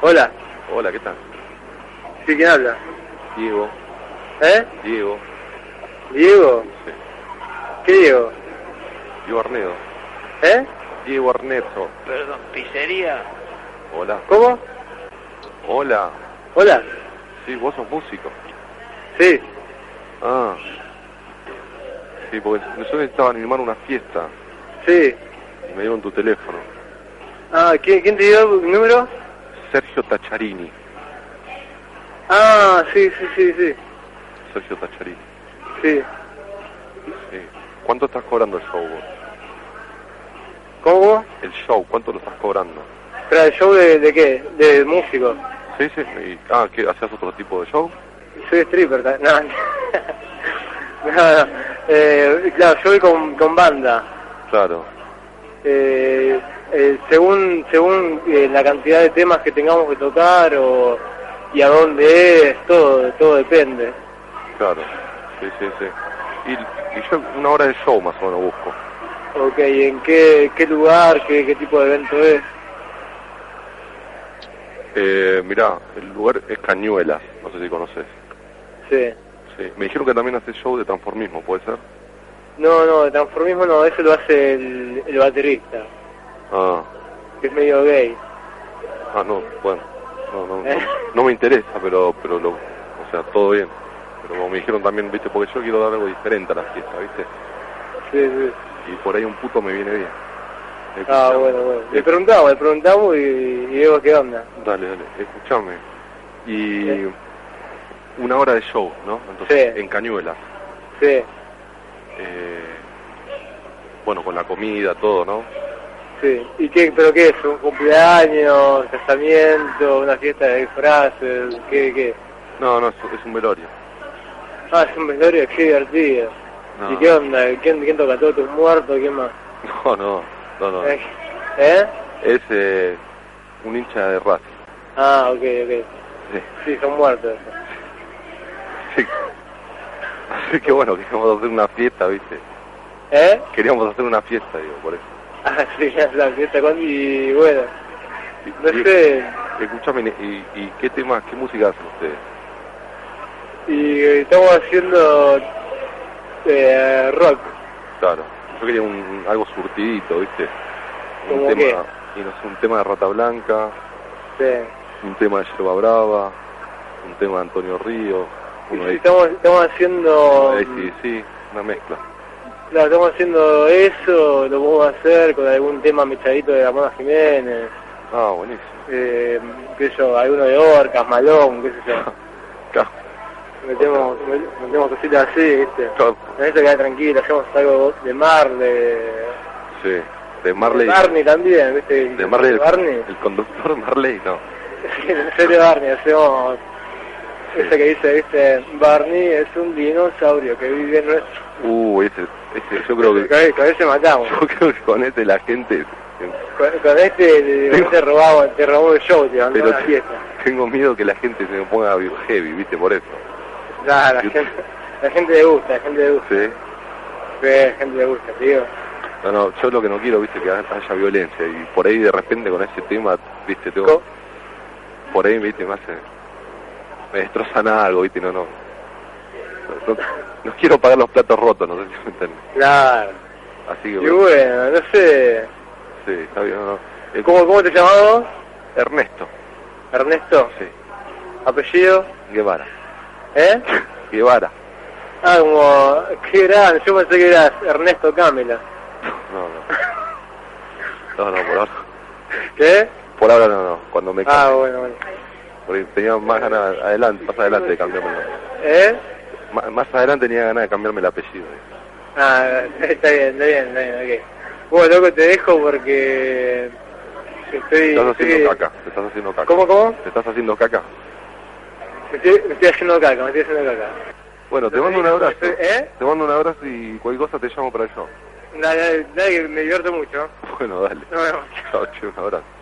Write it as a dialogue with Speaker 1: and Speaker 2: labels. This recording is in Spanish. Speaker 1: Hola,
Speaker 2: Hola, ¿qué tal?
Speaker 1: ¿sí quién habla?
Speaker 2: Diego,
Speaker 1: ¿Eh?
Speaker 2: Diego,
Speaker 1: ¿Diego?
Speaker 2: sí.
Speaker 1: ¿Qué Diego?
Speaker 2: Diego Arnedo.
Speaker 1: ¿Eh?
Speaker 2: Diego Arnedo.
Speaker 3: Perdón, pizzería.
Speaker 2: Hola.
Speaker 1: ¿Cómo?
Speaker 2: Hola.
Speaker 1: Hola,
Speaker 2: Sí, vos sos músico.
Speaker 1: sí.
Speaker 2: Ah. Sí, porque yo necesitaba animar una fiesta
Speaker 1: Sí.
Speaker 2: y me dieron tu teléfono.
Speaker 1: Ah, ¿quién, quién te dio el número?
Speaker 2: Sergio Tacharini.
Speaker 1: Ah, sí, sí, sí, sí.
Speaker 2: Sergio Tacharini.
Speaker 1: sí.
Speaker 2: Sí. ¿Cuánto estás cobrando el show vos?
Speaker 1: ¿Cómo?
Speaker 2: El show, ¿cuánto lo estás cobrando?
Speaker 1: ¿Pero el show de, de qué? De músico.
Speaker 2: Sí, sí. y- ah, ¿qué? ¿Hacías otro tipo de show?
Speaker 1: Soy stripper, ta- no. no, no. Eh, claro, yo voy con, con banda.
Speaker 2: Claro.
Speaker 1: Eh, eh, según según eh, la cantidad de temas que tengamos que tocar o y a dónde es, todo todo depende.
Speaker 2: Claro. Sí, sí, sí. Y, y yo una hora de show más o menos busco.
Speaker 1: Ok, ¿en qué, qué lugar, qué, qué tipo de evento es?
Speaker 2: Eh, mirá, el lugar es Cañuelas, no sé si conoces.
Speaker 1: Sí.
Speaker 2: Sí. Me dijeron que también hace show de transformismo, ¿puede ser?
Speaker 1: No, no, de transformismo no, eso lo hace el, el baterista,
Speaker 2: Ah,
Speaker 1: que es medio gay.
Speaker 2: ah no, bueno, no, no,
Speaker 1: ¿Eh?
Speaker 2: no, no me interesa, pero, pero lo, o sea, todo bien. Pero como me dijeron también, viste, porque yo quiero dar algo diferente a la fiesta, viste.
Speaker 1: Sí, sí.
Speaker 2: Y por ahí un puto me viene bien.
Speaker 1: Ah,
Speaker 2: Escuchame.
Speaker 1: bueno, bueno. Le
Speaker 2: Eh,
Speaker 1: preguntamos, le preguntamos y, y vemos qué onda.
Speaker 2: Dale, dale, escuchame. Y
Speaker 1: ¿Eh?
Speaker 2: una hora de show, ¿no? Entonces,
Speaker 1: Sí.
Speaker 2: en Cañuelas.
Speaker 1: Sí,
Speaker 2: Eh, bueno, con la comida, todo, ¿no?
Speaker 1: sí. ¿Y qué, pero qué es? ¿Un cumpleaños, casamiento, una fiesta de disfraces? ¿Qué, qué?
Speaker 2: No, no, es, es un velorio.
Speaker 1: Ah, es un velorio, qué divertido.
Speaker 2: No.
Speaker 1: ¿Y qué onda? ¿Quién, quién toca todos tus muertos? ¿Quién más?
Speaker 2: No, no, no, no.
Speaker 1: Eh, ¿Eh?
Speaker 2: Es eh, un hincha de Racing.
Speaker 1: Ah, ok, ok.
Speaker 2: Sí.
Speaker 1: Sí, son muertos.
Speaker 2: Sí. Así que bueno, queríamos hacer una fiesta, ¿viste?
Speaker 1: ¿Eh?
Speaker 2: Queríamos hacer una fiesta, digo, por eso.
Speaker 1: Ah, sí, la fiesta con... Y bueno,
Speaker 2: Y-
Speaker 1: no
Speaker 2: y-
Speaker 1: sé...
Speaker 2: Escúchame, ¿y, y qué temas, qué música hacen ustedes?
Speaker 1: Y estamos haciendo eh, rock.
Speaker 2: Claro. Yo quería un, algo surtidito, ¿viste? Un
Speaker 1: ¿Cómo
Speaker 2: tema,
Speaker 1: qué?
Speaker 2: y no sé, un tema de Rata Blanca,
Speaker 1: Sí.
Speaker 2: un tema de Yerba Brava, un tema de Antonio Río,
Speaker 1: Y
Speaker 2: uno
Speaker 1: sí,
Speaker 2: de
Speaker 1: estamos, estamos haciendo...
Speaker 2: sí, sí, una mezcla.
Speaker 1: Claro, estamos haciendo eso, lo podemos hacer con algún tema mechadito de la Mona Jiménez,
Speaker 2: Ah, buenísimo.
Speaker 1: eh, qué sé yo, alguno de Orcas, Malón, qué sé yo.
Speaker 2: Claro,
Speaker 1: Metemos, met- metemos cositas así, viste.
Speaker 2: claro.
Speaker 1: Con eso queda tranquilo, hacemos algo de Marley, de
Speaker 2: Sí, de Marley.
Speaker 1: Barney también, viste.
Speaker 2: De Marley, el,
Speaker 1: Barney.
Speaker 2: el conductor Marley, no.
Speaker 1: En serio Barney, hacemos ese que dice, viste, Barney es un dinosaurio que vive en nuestro...
Speaker 2: Uh, ese, ese, yo creo que,
Speaker 1: Con, con ese matamos.
Speaker 2: yo creo que con ese la gente,
Speaker 1: Con, con este te-
Speaker 2: Pero-
Speaker 1: te robamos, te robamos el show, te mandamos
Speaker 2: pero
Speaker 1: a la fiesta.
Speaker 2: tengo miedo que la gente se me ponga heavy, viste, por eso.
Speaker 1: Nah, la,
Speaker 2: Yo-
Speaker 1: gente, la gente le gusta, la gente le gusta.
Speaker 2: Sí.
Speaker 1: Sí, la gente le gusta, tío.
Speaker 2: No, no, yo lo que no quiero, viste, que haya violencia y por ahí de repente con ese tema, viste, tengo,
Speaker 1: Co-
Speaker 2: por ahí, viste, me hace, me destrozan algo, viste, no, no. No, no- no quiero pagar los platos rotos, no sé si me entienden.
Speaker 1: Claro.
Speaker 2: Así que, Eh.
Speaker 1: Y
Speaker 2: bueno,
Speaker 1: bueno, no sé.
Speaker 2: sí, está bien, no, no. Eh,
Speaker 1: ¿Cómo, cómo te llamabas?
Speaker 2: Ernesto,
Speaker 1: Ernesto.
Speaker 2: sí,
Speaker 1: ¿Apellido?
Speaker 2: Guevara.
Speaker 1: ¿Eh?
Speaker 2: Guevara.
Speaker 1: Ah, como... Qué gran, yo pensé que eras Ernesto Camela.
Speaker 2: No, no. No, no, por ahora.
Speaker 1: ¿Qué?
Speaker 2: Por ahora no, no. Cuando me
Speaker 1: ¿eh? Ah,
Speaker 2: cambie.
Speaker 1: bueno, bueno.
Speaker 2: Porque tenía más ganas adelante, más adelante de cambiarme.
Speaker 1: ¿Eh?
Speaker 2: Más, más adelante tenía ganas de cambiarme el apellido. eh.
Speaker 1: Ah, está bien, está bien, está bien, ok. Bueno, loco, te dejo porque estoy...
Speaker 2: Te estás haciendo
Speaker 1: estoy-
Speaker 2: caca, te estás haciendo caca.
Speaker 1: ¿Cómo, cómo?
Speaker 2: Te estás haciendo caca.
Speaker 1: Me estoy, me estoy haciendo caca, me estoy haciendo caca.
Speaker 2: Bueno, te mando un abrazo.
Speaker 1: ¿Eh?
Speaker 2: Te mando un abrazo y cualquier cosa te llamo para el show.
Speaker 1: Dale, dale, dale, que me divierto mucho.
Speaker 2: Bueno, dale.
Speaker 1: Nos vemos.
Speaker 2: Chao, che, un abrazo.